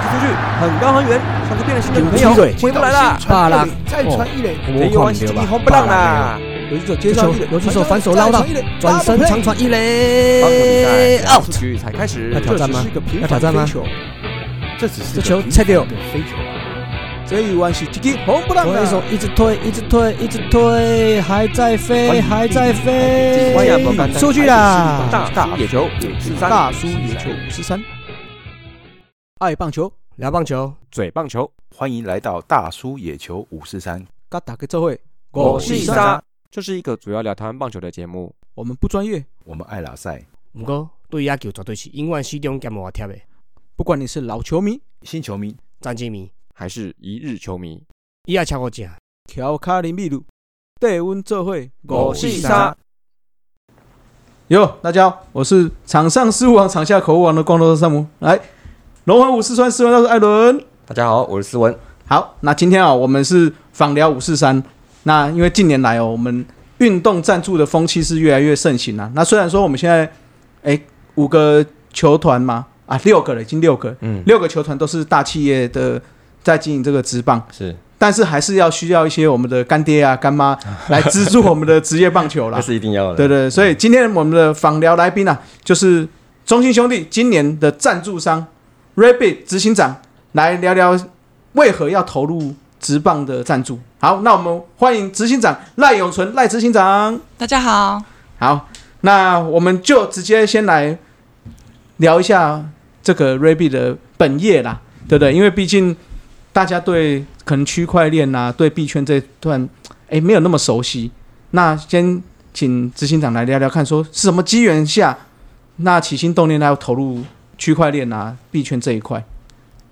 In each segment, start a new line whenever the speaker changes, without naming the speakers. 很高很远，像是变了心的
丢
朋
出
友
嘴
回不来啦。
巴拉
再传一垒，
没有关系，一红不让啦。
游击手接球，游击手反手捞到，转身长传一
棒球比
垒
赛
，out
出。局才开始
要。挑战吗
这只是一个平
要
凡
挑战吗
飞球？这只是
这
个
球
平
菜掉
凡的飞球啊！
这一弯是积极红不让
左
啦
一。手一直推，一直推，一直推，还在飞，还在飞
弯亚不敢，
出去啦！
大大野球五四三，
大叔野球五十三，爱棒球，聊棒球，
嘴棒球，
欢迎来到大叔野球五四三，
嘎打给这会，
我
是
是
伊
沙，这是一个主要聊台湾棒球的节目。
我们不专业，
我们爱拉赛
毋过对野球绝对是永远始终兼无贴的。
不管你是老球迷、
新球迷，
詹金明，
还是一日球迷，
伊也超过正。
乔卡林秘鲁，带温这会，
我是伊沙。
哟，大家好，我是场上失误王、场下口误王的光头山姆。来，龙魂五四三，四万道士艾伦。
大家好，我是思文。
好，那今天啊、我们是访聊五四三。那因为近年来哦，我们运动赞助的风气是越来越盛行啊。那虽然说我们现在，哎，五个球团嘛，啊，六个了，已经六个，
嗯，
六个球团都是大企业的在经营这个职棒，
是，
但是还是要需要一些我们的干爹啊、干妈来资助我们的职业棒球啦
这。 是一定要的。
对对，对所以今天我们的访聊来宾啊，就是中信兄弟今年的赞助商 Rabbit 执行长来聊聊为何要投入职棒的赞助。好，那我们欢迎执行长赖永存赖执行长。
大家好，
好，那我们就直接先来聊一下这个 Rabbit 的本业啦，对不对？因为毕竟大家对可能区块链啊，对币圈这段哎没有那么熟悉。那先请执行长来聊聊看，说是什么机缘下，那起心动念要投入区块链啊、币圈这一块？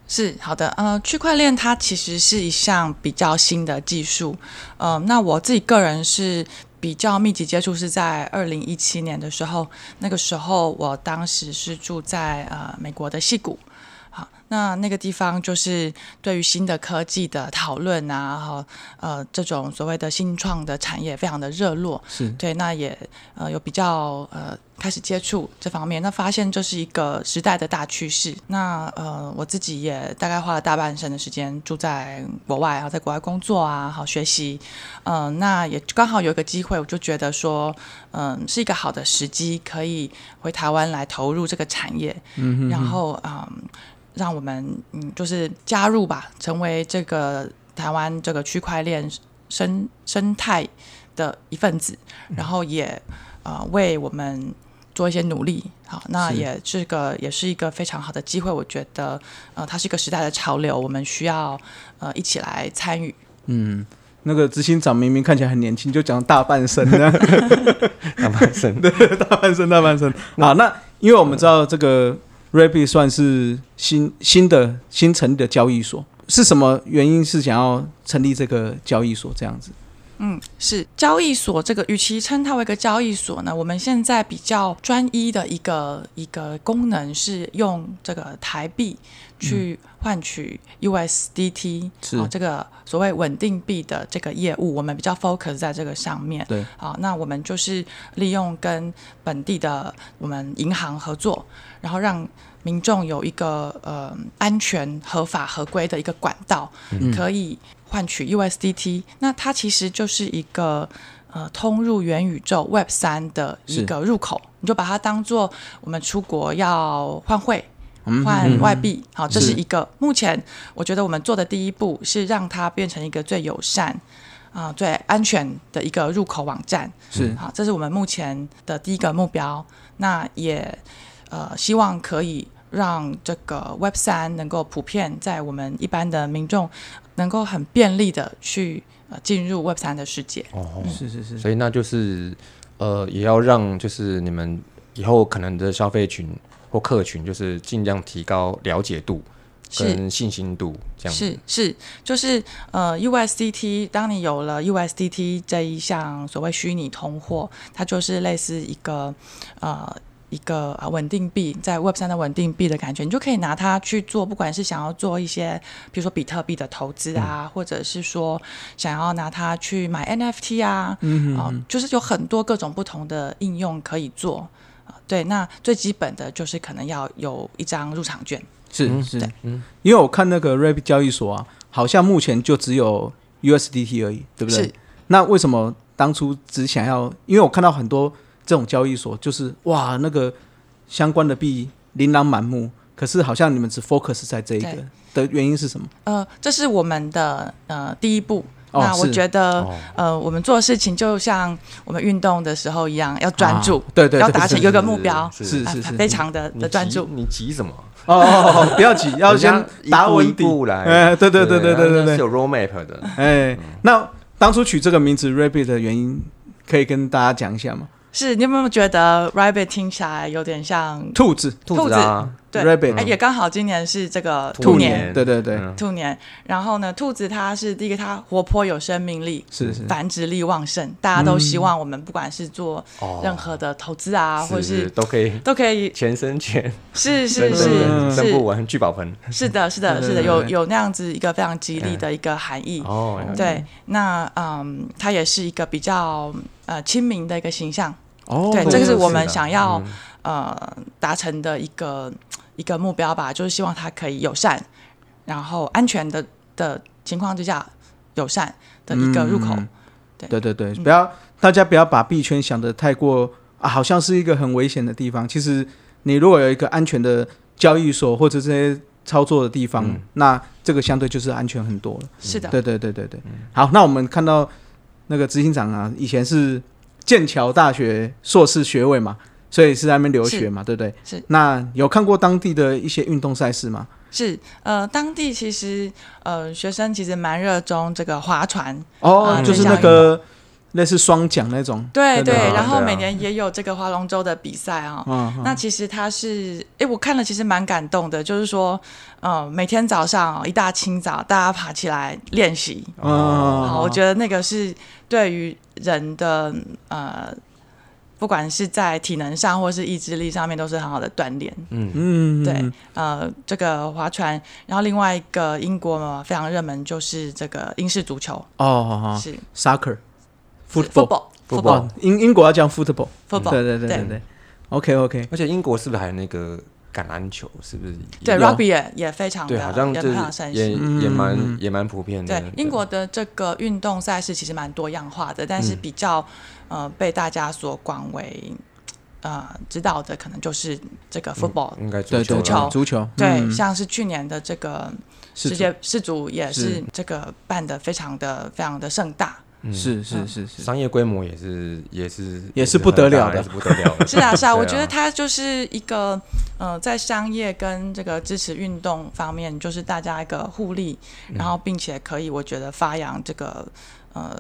是好的。呃，区块链它其实是一项比较新的技术。呃，那我自己个人是比较密集接触是在二零一七年的时候，那个时候我当时是住在呃美国的西谷。好，那那个地方就是对于新的科技的讨论啊，然后呃这种所谓的新创的产业非常的热络，
是
对，那也呃有比较呃开始接触这方面，那发现这是一个时代的大趋势。那呃我自己也大概花了大半生的时间住在国外，然后在国外工作啊，好学习，嗯、那也刚好有一个机会，我就觉得说，嗯、是一个好的时机，可以回台湾来投入这个产业，嗯然后嗯、让我们嗯就是加入吧，成为这个台湾这个区块链生生态的一份子，然后也呃为我们做一些努力。好，那
是
也这个也是一个非常好的机会，我觉得呃它是一个时代的潮流，我们需要呃一起来参与。
嗯。那个执行长明明看起来很年轻，就讲大半生呢，
大 半生，
大半生，大半生。好，那因为我们知道这个 Rabbit 算是新新的新成立的交易所，是什么原因是想要成立这个交易所这样子？
嗯，是交易所这个，与其称它为一个交易所呢，我们现在比较专一的一个一个功能是用这个台币去换取 USDT，、
嗯是
啊这个所谓稳定币的这个业务，我们比较 focus 在这个上面。
对，
好，那我们就是利用跟本地的我们银行合作，然后让民众有一个呃安全、合法、合规的一个管道，可以换取 USDT。那它其实就是一个呃通入元宇宙 Web 三的一个入口，你就把它当做我们出国要换汇。
嗯
换外币，好，这是
是
一个。目前我觉得我们做的第一步是让它变成一个最友善啊、最安全的一个入口网站。
嗯是
好，这是我们目前的第一个目标。那也呃，希望可以让这个 Web 三能够普遍在我们一般的民众能够很便利的去呃进入 Web 三的世界。
是是是，
所以那就是呃，也要让就是你们以后可能的消费群或客群，就是尽量提高了解度
是
跟信心度这样子。
是是，就是呃，USDT，当你有了 USDT 这一项所谓虚拟通货，它就是类似一个呃一个呃稳定币，在 Web 三的稳定币的感觉，你就可以拿它去做，不管是想要做一些，比如说比特币的投资啊，
嗯
或者是说想要拿它
嗯
哦去买 NFT 啊，嗯、就是有很多各种不同的应用可以做。对，那最基本的就是可能要有一张入场券。
是是
对，
因为我看那个 Rabbit 交易所啊，好像目前就只有 USDT 而已，对不对
是？
那为什么当初只想要？因为我看到很多这种交易所，就是哇，那个相关的币琳琅满目，可是好像你们只 focus 在这一个的原因是什 么？
呃，这是我们的呃第一步。
哦
那我
是
觉得，呃，我们做事情就像我们运动的时候一样，要专注
啊，对对对
要达成一个
是
目标，
是是
啊
是是
非常的的专注。
你急什么？
哦哦哦，不要急，要
人家
先打稳
一步一
底
步来
哎，对对对对对对
那
对
是有 roadmap 的。
哎，那当初取这个名字 Rabbit 的原因，可以跟大家讲一下吗？
是你有没有觉得 rabbit 听起来有点像
兔子
兔
子啊，
对
Rabbit
哎也刚好今年是这个
兔
年，
年
对对对，
嗯
兔年。然后呢，兔子它是第一个，它活泼有生命力，
是是
繁殖力旺盛。大家都希望我们不管是做
嗯哦
任何的投资啊，或是
都可以
都可以，
钱生钱，
是是
生
是
钱生不
是
完聚宝盆。
是的，是的，
对
是的，
对
有
对
有那样子一个非常激励的一个含义。
哦，
对，那嗯，它也是一个比较呃亲民的一个形象。
哦
对，
懂
这个是
了
我
是
们
的
想要、
嗯
呃达成的一个一个目标吧，就是希望它可以友善，然后安全的的情况之下友善的一个入口。
嗯
嗯
对对对，不要大家不要把币圈想得太过啊，好像是一个很危险的地方。其实你如果有一个安全的交易所或者这些操作的地方，那这个相对就是安全很多了。
是的，
对对对对对，好，那我们看到那个执行长啊，以前是剑桥大学硕士学位嘛，所以是在那边留学嘛，对不对？
是。
那有看过当地的一些运动赛事吗？
是呃，当地其实呃学生其实蛮热衷这个划船，
哦，
啊
就是那个类似双桨那种。
对
对
对，
啊
然后
对啊
每年也有这个划龙舟的比赛啊、
嗯，嗯
那其实它是，哎，我看了其实蛮感动的，就是说，呃，每天早上、哦、一大清早，大家爬起来练习，
哦
好，我觉得那个是对于人的呃，不管是在体能上或是意志力上面，都是很好的锻炼。
嗯，
对，呃，这个划船，然后另外一个英国嘛非常热门就是这个英式足球，
哦，好好
是
，soccer。
是 football football
哦英英国要讲 football，
football，
对对对对
对
对，OK OK，
而且英国是不是还有那个橄榄球？是不是也？
对
有
rugby 也也非常的
对，好像
也
就
非常盛
是也
行。
也
嗯
蛮也蛮普遍的
对。英国的这个运动赛事其实蛮多样化的，但是比较、呃被大家所广为呃知道的，可能就是这个 football
应该足
对
球
对
啦
球
足球，
对，
嗯
像是去年的这个
是嗯
世界世足也
是
是这个办的非常的非常的盛大。
嗯
是是是是，
商业规模也是也是
也是不得了的
也是很大也是不得了的。
是啊，是啊，
对
我觉得它就是一个呃，在商业跟这个支持运动方面，就是大家一个互利，
嗯
然后并且可以，我觉得发扬这个呃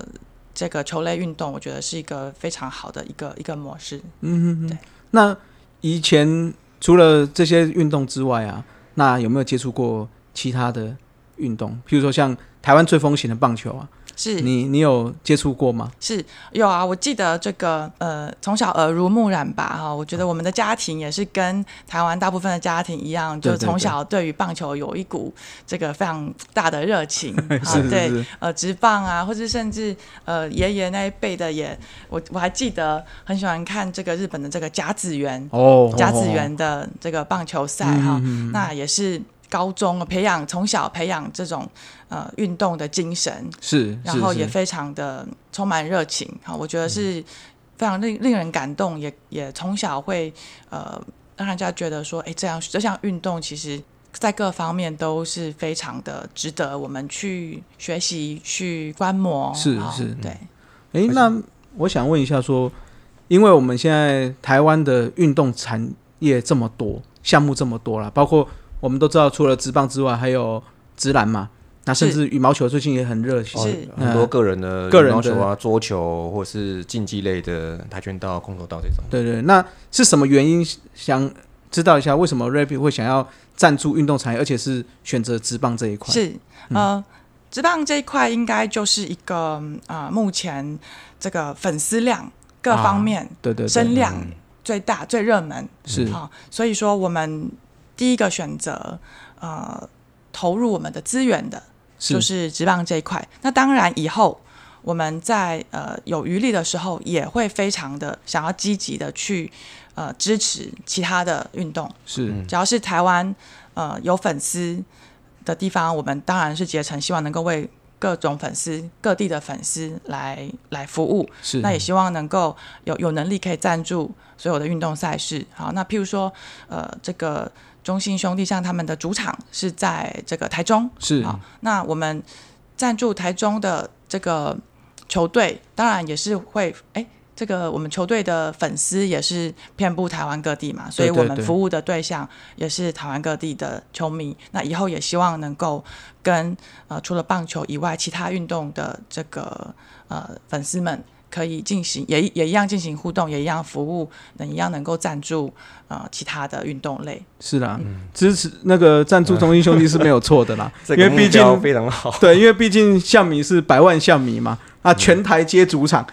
这个球类运动，我觉得是一个非常好的一个一个模式。
嗯嗯嗯
对。
那以前除了这些运动之外啊，那有没有接触过其他的运动？譬如说像台湾最风行的棒球啊，
是
你你有接触过吗？
是有啊，我记得这个呃，从小耳濡目染吧哈、我觉得我们的家庭也是跟台湾大部分的家庭一样，
对
就
对
从小对于棒球有一股这个非常大的 热情啊
是是，
对
是，
呃，直棒啊，或者甚至呃爷爷那一辈的也，我我还记得很喜欢看这个日本的这个甲子园，
哦
甲子园的这个棒球赛哈、那也是高中培养从小培养这种呃运动的精神，
是，是
然后
是嗯
也非常的充满热情哈，我觉得是非常令令人感动，也也从小会呃让人家觉得说，哎，这样这项运动其实在各方面都是非常的值得我们去学习、去观摩，
是
哈
是嗯
对，
诶，那我想问一下说，因为我们现在台湾的运动产业这么多，项目这么多啦，包括我们都知道，除了职棒之外，还有职篮嘛，那甚
是
至羽毛球最近也很热，其
是
实
哦很多个人的
个人
羽毛
的
球啊、桌球或是竞技类的跆拳道、空手道这种。
对对，那是什么原因？想知道一下为什么 Rapid 会想要赞助运动产业，而且是选择职棒这一块？
是，呃，职棒这一块应该就是一个嗯啊，目前这个粉丝量各
啊
方面、
对对嗯对，
声量最大、最热门，
是
好、所以说我们第一个选择，呃，投入我们的资源的就是是职棒这一块。那当然以后我们在呃有余力的时候，也会非常的想要积极的去呃支持其他的运动。
是
嗯
嗯
只要是台湾呃有粉丝的地方，我们当然是竭诚希望能够为各种粉丝、各地的粉丝来来服务。
是，
那也希望能够有有能力可以赞助所有的运动赛事。好，那譬如说，呃，这个中信兄弟像他们的主场是在这个台中，
是
好，那我们赞助台中的这个球队，当然也是会哎。这个我们球队的粉丝也是遍布台湾各地嘛，所以
对对
我们
对
服务的对象也是台湾各地的球迷。那以后也希望能够跟呃除了棒球以外其他运动的这个呃粉丝们可以进行也也一样进行互动，也一样服务，能一样能够赞助呃其他的运动类。
是啦，支持那个赞助中英兄弟是没有错的啦，
嗯 这
因
个
为
目
毕
标
竟
非 常好，
对，因为毕竟象迷是百万象迷嘛，啊，全台皆主场，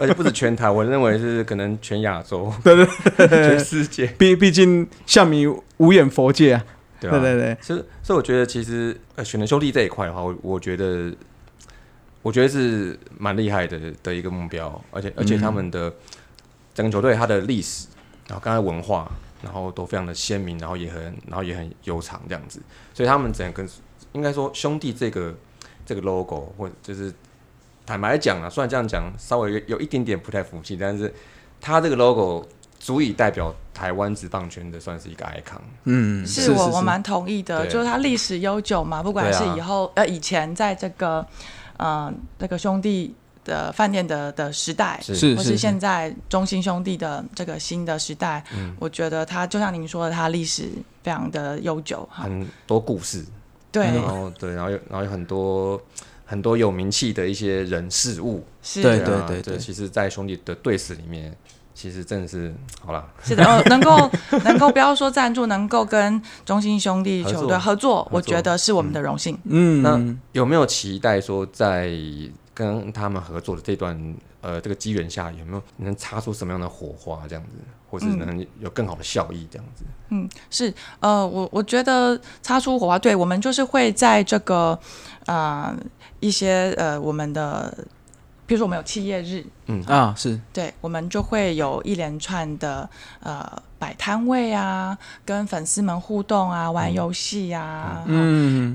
而且不止全台，我认为是可能全亚洲、 全世界，
毕毕竟象迷无眼佛界啊，
对吧、
对对对，
所以，所以我觉得其实呃，选人兄弟这一块的话，我我觉得，我觉得是蛮厉害的的一个目标，而且而且他们的、整个球队它的历史，然后刚才文化，然后都非常的鲜明，然后也很然后也很悠长这样子，所以他们整个应该说兄弟这个这个 logo 或者就是坦白讲啊，虽然这样讲稍微有有一点点不太服气，但是它这个 logo 足以代表台湾职棒圈的算是一个 icon。
嗯，
是我我蛮同意的，
对
就是它历史悠久嘛，不管
对
是
啊
以后、呃以前在这个呃那个兄弟的饭店的的时代，
是
是
或
是
是现在中兴兄弟的这个新的时代，我觉得它就像您说的，它历史非常的悠久哈。
很多故事，
对，
然后对，然后有然后有很多很多有名气的一些人事物，
是
对
啊
对对
其实，在兄弟的队史里面，其实真的是好了，
是的，呃能够能够不要说赞助，能够跟中兴兄弟球队合
合
作，我
合作
觉得是我们的荣幸。
嗯，
有没有期待说在跟他们合作的这段呃这个机缘下，有没有能擦出什么样的火花这样子，或是能有更好的效益这样子？
是，呃，我我觉得擦出火花，对我们就是会在这个啊、呃一些呃我们的，比如说我们有企业日，
啊是
对我们就会有一连串的呃摆摊位啊，跟粉丝们互动啊，玩游戏啊，嗯。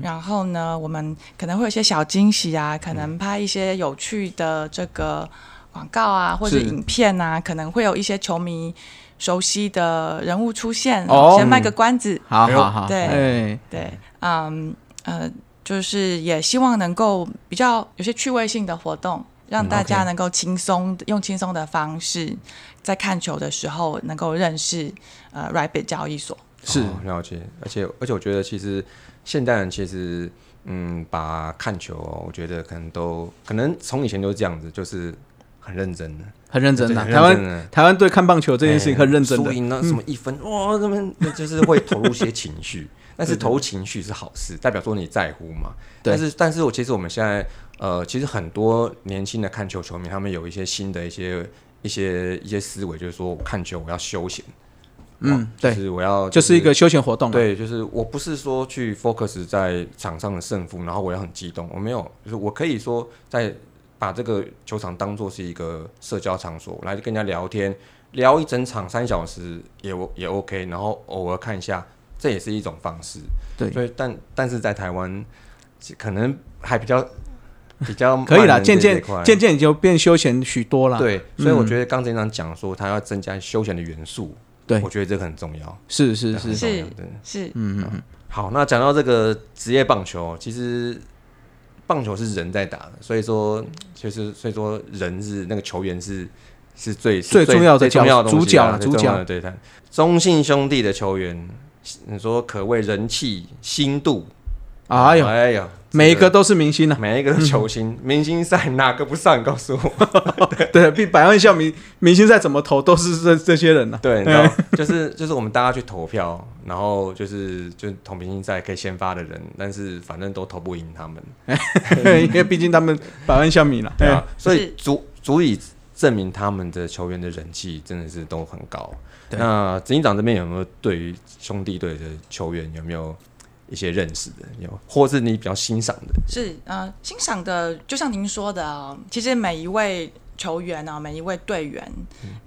嗯
然后呢，我们可能会有一些小惊喜啊，可
嗯
能拍一些有趣的这个广告啊，或者
是
影片啊，可能会有一些球迷熟悉的人物出现，
哦
先卖个关子。
好好好，
对
哦
哎
对，嗯呃，就是也希望能够比较有些趣味性的活动，
嗯
让大家能够轻松、用轻松的方式，在看球的时候能够认识呃 Rabbit 交易所。
是
哦了解，而且而且我觉得其实现代人其实嗯，把看球、哦，我觉得可能都可能从以前都是这样子，就是很认真的，
很认真的，
很
台
认
湾
真的。
台湾对看棒球这件事情很认真
输
的，嗯
赢了什么一分，哇，他们就是会投入一些情 绪，但是投入情绪是好事，代表说你在乎嘛。
对
但是，但是我其实我们现在，呃，其实很多年轻的看球球迷，他们有一些新的一些一些一些思维，就是说我看球我要休闲，
嗯，
就
对，
哦是我要
就是一个休闲活动啊，
对，就是我不是说去 focus 在场上的胜负，然后我要很激动，我没有，就是我可以说在把这个球场当做是一个社交场所来跟人家聊天，聊一整场三小时也 O- 也 OK，然后偶尔看一下，这也是一种方式。
对
所以但但是在台湾可能还比较比较
可以啦，
慢这
渐渐
一块
渐渐已经变休闲许多了，，
对，所以我
嗯
觉得刚才那样讲说，他要增加休闲的元素，
对
我觉得这个很重要，
是是
这
是，
很
嗯
重
是
要对。
是，
好，那讲到这个职业棒球，其实棒球是人在打的，所以说，
嗯
就是所以说人是那个球员是是最是
最重要的
最重
角
要的东西
主
啊
角啊
最重要
主
的对他中信兄弟的球员，你说可谓人气心度，
哎呦，
哎呦，
每一
这
个都是明星啊，
每一个都球 星，明星赛哪个不上？你告诉我，
对，比百万校明明星赛怎么投都是这这些人呢，
对，你知道，
哎
就是就是我们大家去投票，然后就是就是同明星赛可以先发的人，但是反正都投不赢他们。
因为毕竟他们百万校迷了，
对啊，所以
是
足足以证明他们的球员的人气真的是都很高。
对
那执行长这边有没有对于兄弟队的球员有没有一些认识的？有，或是你比较欣赏的？
呃是，呃，欣赏的，就像您说的啊，其实每一位球员啊，每一位队员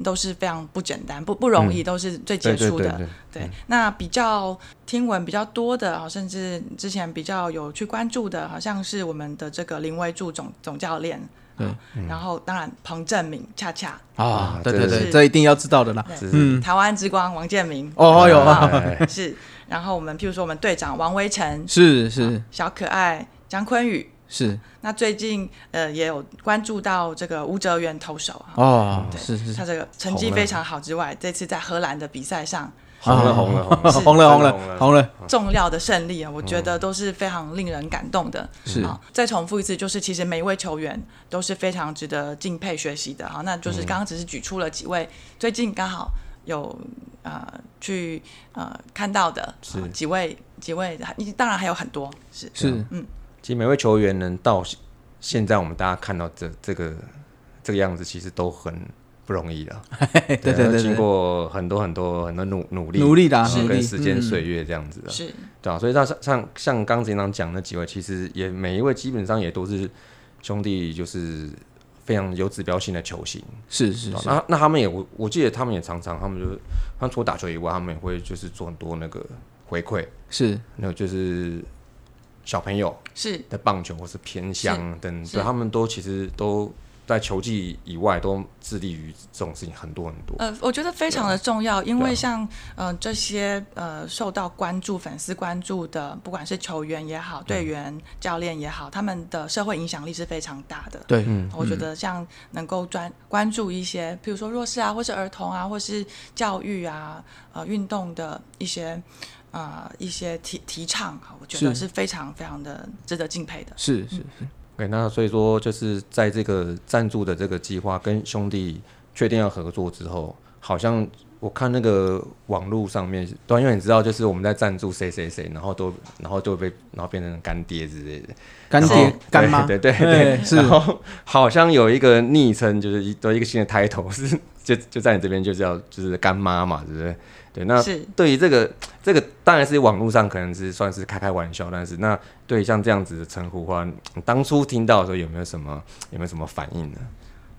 都是非常不简单、不不容易，都是最杰
嗯对对
出
对
的。
对，
嗯
对，那比较听闻比较多的，啊，甚至之前比较有去关注的，好像是我们的这个林威柱总总教练，
对嗯
啊，然后当然彭正明恰恰，
啊，对
这
对
是
对，这一定要知道的啦。
只是
嗯，
台湾之光王建民，
哦有啊，
哎
是，然后我们譬如说我们队长王威 成，
是是
小可爱张坤宇，
是
那最近呃也有关注到这个吴哲源投手啊，
哦，是是
他这个成绩非常好之外，这次在荷兰的比赛上
红了 红了红了
是
哦
嗯
红了红
红
了
了
红了，
重要的胜利啊，我觉
哦
得都是非常令人感动的。
是
好，再重复一次，就是其实每一位球员都是非常值得敬佩学习的。好，那就是刚刚只是举出了几位最近刚好有呃去呃看到的
是
啊几位几位，当然还有很多是
是
其实每位球员能到现现在，我们大家看到这这个这个样子，其实都很不容易了。
对对对
都
对
经
对，
过很多很多很多努努力
努力的啊
然后
努力
跟时间
嗯
岁月这样子的，
是
对啊。所以像像像刚才长讲那几位，其实也每一位基本上也都是兄弟，就是非常有指标性的球星。
是是
对啊
是，
那那他们也我我记得他们也常常他们就是他们除了打球以外，他们也会就是做很多那个回馈，
是
那就是小朋友
是
在棒球或是偏乡等，
是
对他们都其实都在球技以外都致力于这种事情很多很多。
呃，我觉得非常的重要，因
对
为
啊
像呃这些呃受到关注、粉丝关注的，不管是球员也好、
嗯
队员、教练也好，他们的社会影响力是非常大的。
对，
我
嗯
觉得像能够专关注一些，比如说弱势啊，或是儿童啊，或是教育啊，呃，运动的一些呃一些提提倡，我觉得
是
是非常非常的值得敬佩的。
是是
OK，那所以说就是在这个赞助的这个计划跟兄弟确定要合作之后，好像我看那个网络上面，对啊，因为你知道，就是我们在赞助谁谁谁，然后都然后就被然后变成干爹之类的，
干
然
爹
后
干妈，
对对对
对，是
然后好像有一个昵称，就是一有一个新的 title 是就就在你这边就叫就是干妈嘛，对不对？对，那
是
对于这个这个当然是网络上可能是算是开开玩笑，但是那对于像这样子的称呼的话，你当初听到的时候有没有什么有没有什么反应呢？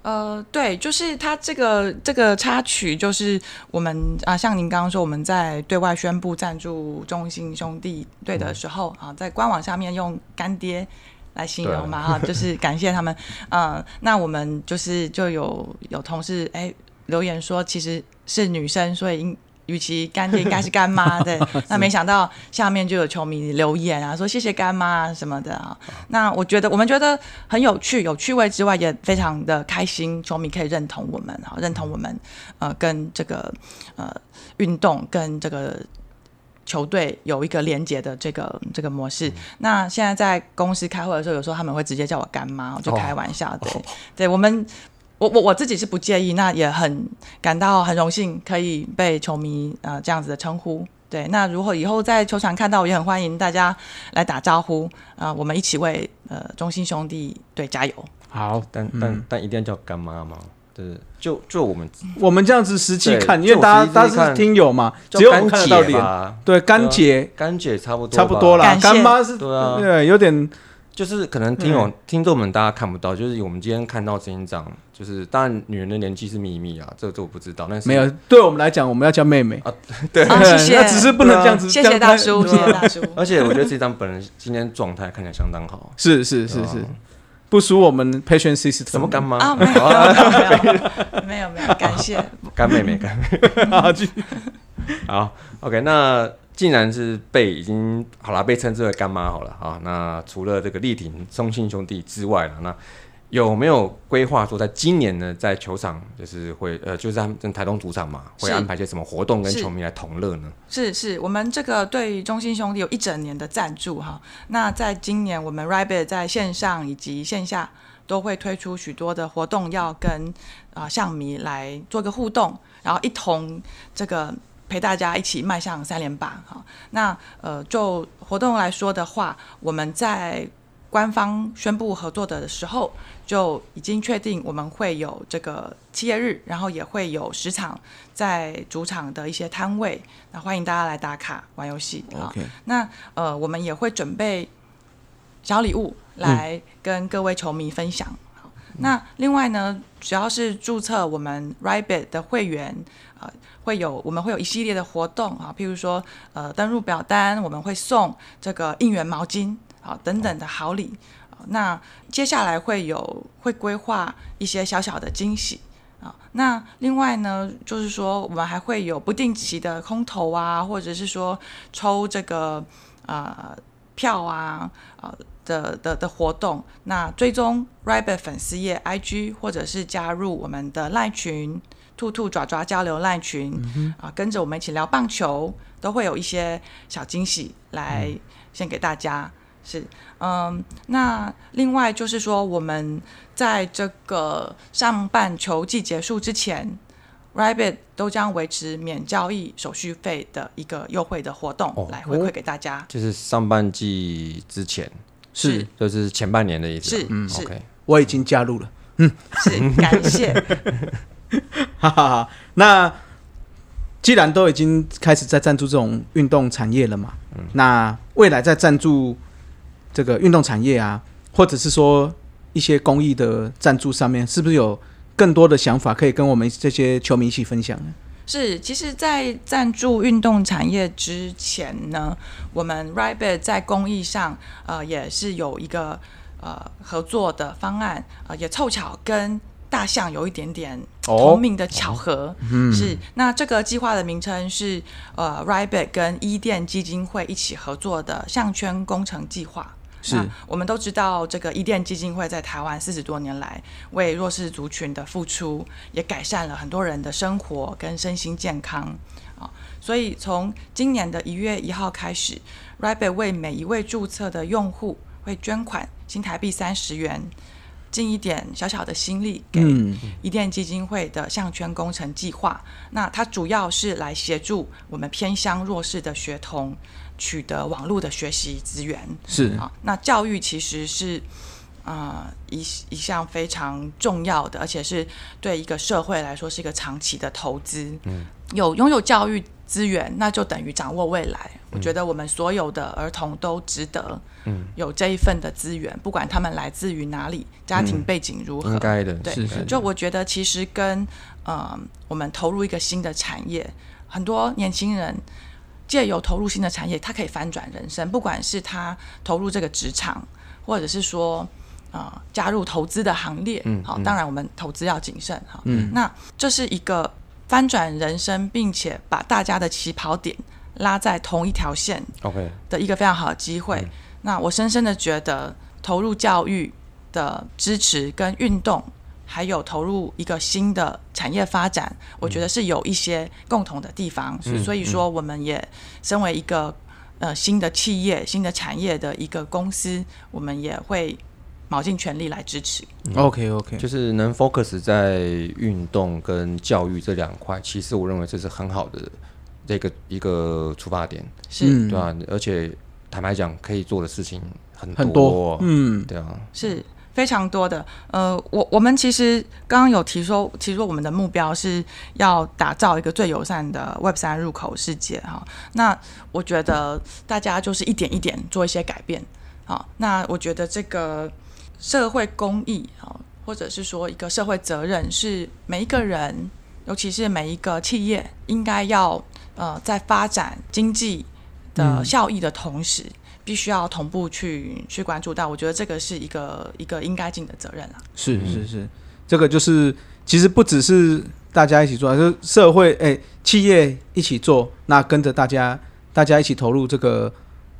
呃，对，就是它这个这个插曲，就是我们啊，像您刚刚说，我们在对外宣布赞助中信兄弟队的时候、啊，在官网下面用干爹。来形
对 啊
容嘛哈、就是感谢他们。呃，那我们就是就有有同事哎留言说，其实是女生，所以应与其干爹应该是干妈。 对，那没想到下面就有球迷留言啊，说谢谢干妈啊什么的啊。那我觉得我们觉得很有趣，有趣味之外，也非常的开心，球迷可以认同我们哈，认同我们呃跟这个呃运动跟这个球队有一个连接的这个这个模
嗯
式。那现在在公司开会的时候，有时候他们会直接叫我干妈，我就
哦
开玩笑，对、对，我们。我我我自己是不介意，那也很感到很荣幸可以被球迷呃这样子的称呼。对，那如果以后在球场看到，我也很欢迎大家来打招呼啊、我们一起为呃中心兄弟队加 油。
好，
但
嗯
但、但一定要叫干妈吗？对，就就我们
我们这样子实际
对
看，因
就
为
我
大家
实际
大家是
看
听友嘛，
叫
只有我们
干
看得到
姐
脸，
吧，
对，干姐
干姐啊差不多吧
差不多啦，
感谢
干妈是，
对啊
对，有点
就是可能听友、
嗯
听众们大家看不到，就是我们今天看到这一张，就是当然女人的年纪是秘密啊，这这我不知道，但是
没有，对我们来讲，我们要叫妹妹，
啊，谢谢，
那只是不能这样子，
谢
这
谢
样
大
拍
叔，谢
对啊
谢大叔。
而且我觉得这张本人今天状态看起来相当好，
是是
对
是
啊
是，不输我们 patient system，
什么干妈
啊，没有 没有没有没有没有，感谢。
干妹 妹干妹妹。好，OK，那既然是被已经好了，被称之为干妈好了啊。那除了这个力挺中信兄弟之外了，那有没有规划说在今年呢，在球场就是会呃，就是他们在台东主场嘛，会
是
安排些什么活动跟
是
球迷来同乐呢？
是是，我们这个对于中心兄弟有一整年的赞助哈。那在今年，我们 Rabbit 在线上以及线下都会推出许多的活动，要跟啊象迷来做个互动，然后一同这个陪大家一起迈向三连霸哈。那呃，就活动来说的话，我们在官方宣布合作的时候，就已经确定我们会有这个七业日，然后也会有十场在主场的一些摊位，那欢迎大家来打卡玩游戏啊。那呃，我们也会准备小礼物来跟各位球迷分享。好那另外呢，只要是注册我们 Rabbit 的会员，呃，会有我们会有一系列的活动啊，譬如说呃登录表单，我们会送这个应援毛巾啊等等的好礼。啊那接下来会有会规划一些小小的惊喜。啊，那另外呢，就是说我们还会有不定期的空投啊，或者是说抽这个啊、呃票啊啊、呃的的的活动。那追踪 Rabbit 粉丝页 IG，或者是加入我们的赖群兔兔爪爪交流赖群啊、跟着我们一起聊棒球，都会有一些小惊喜来献给大家。是，嗯，那另外就是说，我们在这个上半球季结束之前，Rabbit 都将维持免交易手续费的一个优惠的活动、
哦
来回馈给大家。
就是上半季之前，
是
就是前半年的意思啊。
是是
OK，
我已经加入了，
是，感谢。
哈哈哈。那既然都已经开始在赞助这种运动产业了嘛，
嗯
那未来在赞助这个运动产业啊，或者是说一些公益的赞助上面，是不是有更多的想法可以跟我们这些球迷一起分享呢？
是，其实，在赞助运动产业之前呢，我们 Rabbit 在公益上，呃，也是有一个呃合作的方案，呃，也凑巧跟大象有一点点同命的巧合。是，那这个计划的名称是呃 Rabbit 跟伊甸基金会一起合作的项圈工程计划。
是
那我们都知道，这个伊甸基金会在台湾四十多年来为弱势族群的付出，也改善了很多人的生活跟身心健康啊、所以从今年的一月一号开始 r a b b i t 为每一位注册的用户会捐款新台币三十元，尽一点小小的心力给
嗯，
伊甸基金会的项圈工程计划。那它主要是来协助我们偏乡弱势的学童取得网络的学习资源。
是
啊，那教育其实是啊、呃一一项非常重要的，而且是对一个社会来说是一个长期的投资。嗯，有拥有教育资源，那就等于掌握未来。我觉得我们所有的儿童都值得有这一份的资源，不管他们来自于哪里，家庭背景如何。
应该的。
对
是是
就我觉得其实跟呃我们投入一个新的产业，很多年轻人借由投入新的产业，他可以翻转人生，不管是他投入这个职场，或者是说。啊、加入投资的行列，好、当然我们投资要谨慎哈。那这是一个翻转人生，并且把大家的起跑点拉在同一条线
OK，
的一个非常好的机会。那我深深的觉得，投入教育的支持跟运动，还有投入一个新的产业发展，我觉得是有一些共同的地方。所以所以说，我们也身为一个呃新的企业、新的产业的一个公司，我们也会卯尽全力来支持。
OK OK，
嗯就是能 focus 在运动跟教育这两块，其实我认为这是很好的这个一个出发点，
是、
嗯
对吧、而且坦白讲，可以做的事情很
很多，嗯，
对啊，
是非常多的。呃，我我们其实刚刚有提说，提出我们的目标是要打造一个最友善的 Web 三入口世界哈。那我觉得大家就是一点一点做一些改变。好，那我觉得这个社会公益啊，好或者是说一个社会责任，是每一个人，尤其是每一个企业，应该要呃在发展经济的效益的同时，必须要同步去去关注到。我觉得这个是一个一个应该尽的责任啊了。
是是是，这个就是其实不只是大家一起做，就是社会哎、企业一起做，那跟着大家大家一起投入这个，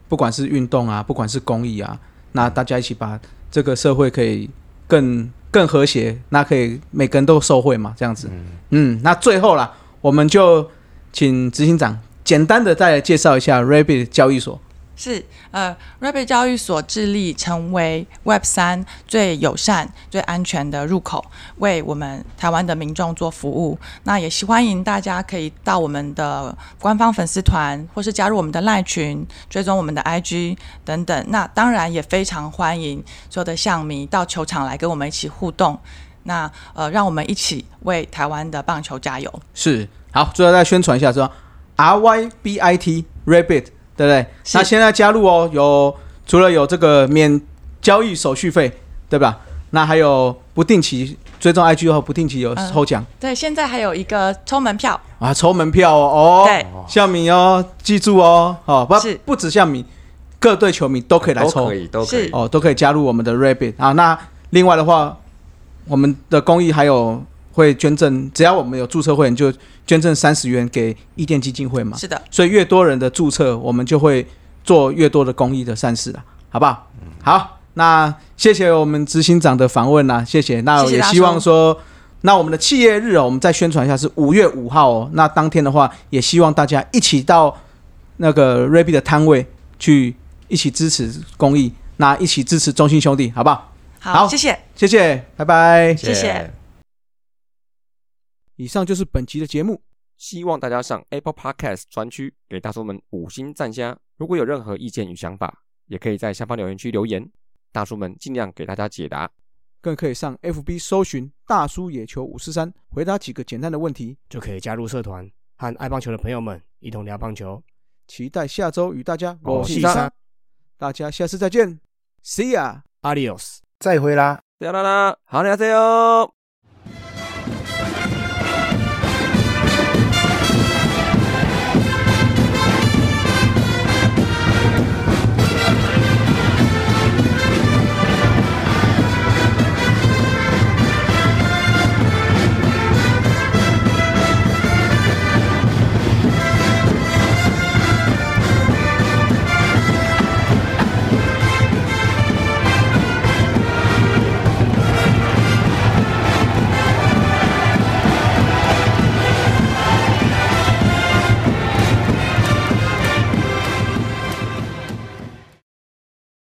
不管是运动啊，不管是公益啊，那大家一起把这个社会可以更更和谐，那可以每个人都受惠嘛，这样子。嗯，那最后啦，我们就请执行长简单的再来介绍一下 Rabbit 交易所。
是，呃，Rabbit 教育所致力成为 Web 三最友善、最安全的入口，为我们台湾的民众做服务。那也希欢迎大家可以到我们的官方粉丝团，或是加入我们的赖群，追踪我们的 IG 等等。那当然也非常欢迎所有的象迷到球场来跟我们一起互动。那呃，让我们一起为台湾的棒球加油。
是，好，最后再宣传一下说，R Y B I T Rabbit，对不对？
是
那现在加入哦，有除了有这个免交易手续费，对吧？那还有不定期追踪 IG 后，不定期有
嗯
抽奖、
对，现在还有一个抽门票，
啊，抽门票哦。哦，
对，
夏米哦，记住哦，哦，不
是
不止夏米，各队球迷都可以来
都
抽
可以，都可以
是。
哦，都可以加入我们的 Rabbit 啊。那另外的话，我们的公益还有会捐赠，只要我们有注册会员，就捐赠三十元给伊甸基金会嘛。
是的，
所以越多人的注册，我们就会做越多的公益的善事啊，好不好？好，那谢谢我们执行长的访问啦、谢谢。那
谢谢
也
大叔
希望说，那我们的企业日哦，我们再宣传一下是五月五号哦。那当天的话，也希望大家一起到那个瑞比的摊位去一起支持公益，那一起支持中信兄弟，好不好？好
谢谢，
谢谢，拜拜。
谢谢。
以上就是本集的节目。
希望大家上 Apple Podcast 专区给大叔们五星赞加。如果有任何意见与想法，也可以在下方留言区留言，大叔们尽量给大家解答。
更可以上 FB 搜寻“大叔野球五四三”，回答几个简单的问题，
就可以加入社团，和爱棒球的朋友们一同聊棒球。
期待下周与大家
我是
三
三
大家下次再见，See ya。
Adios。
再会啦。
啦啦啦，好，大家加油！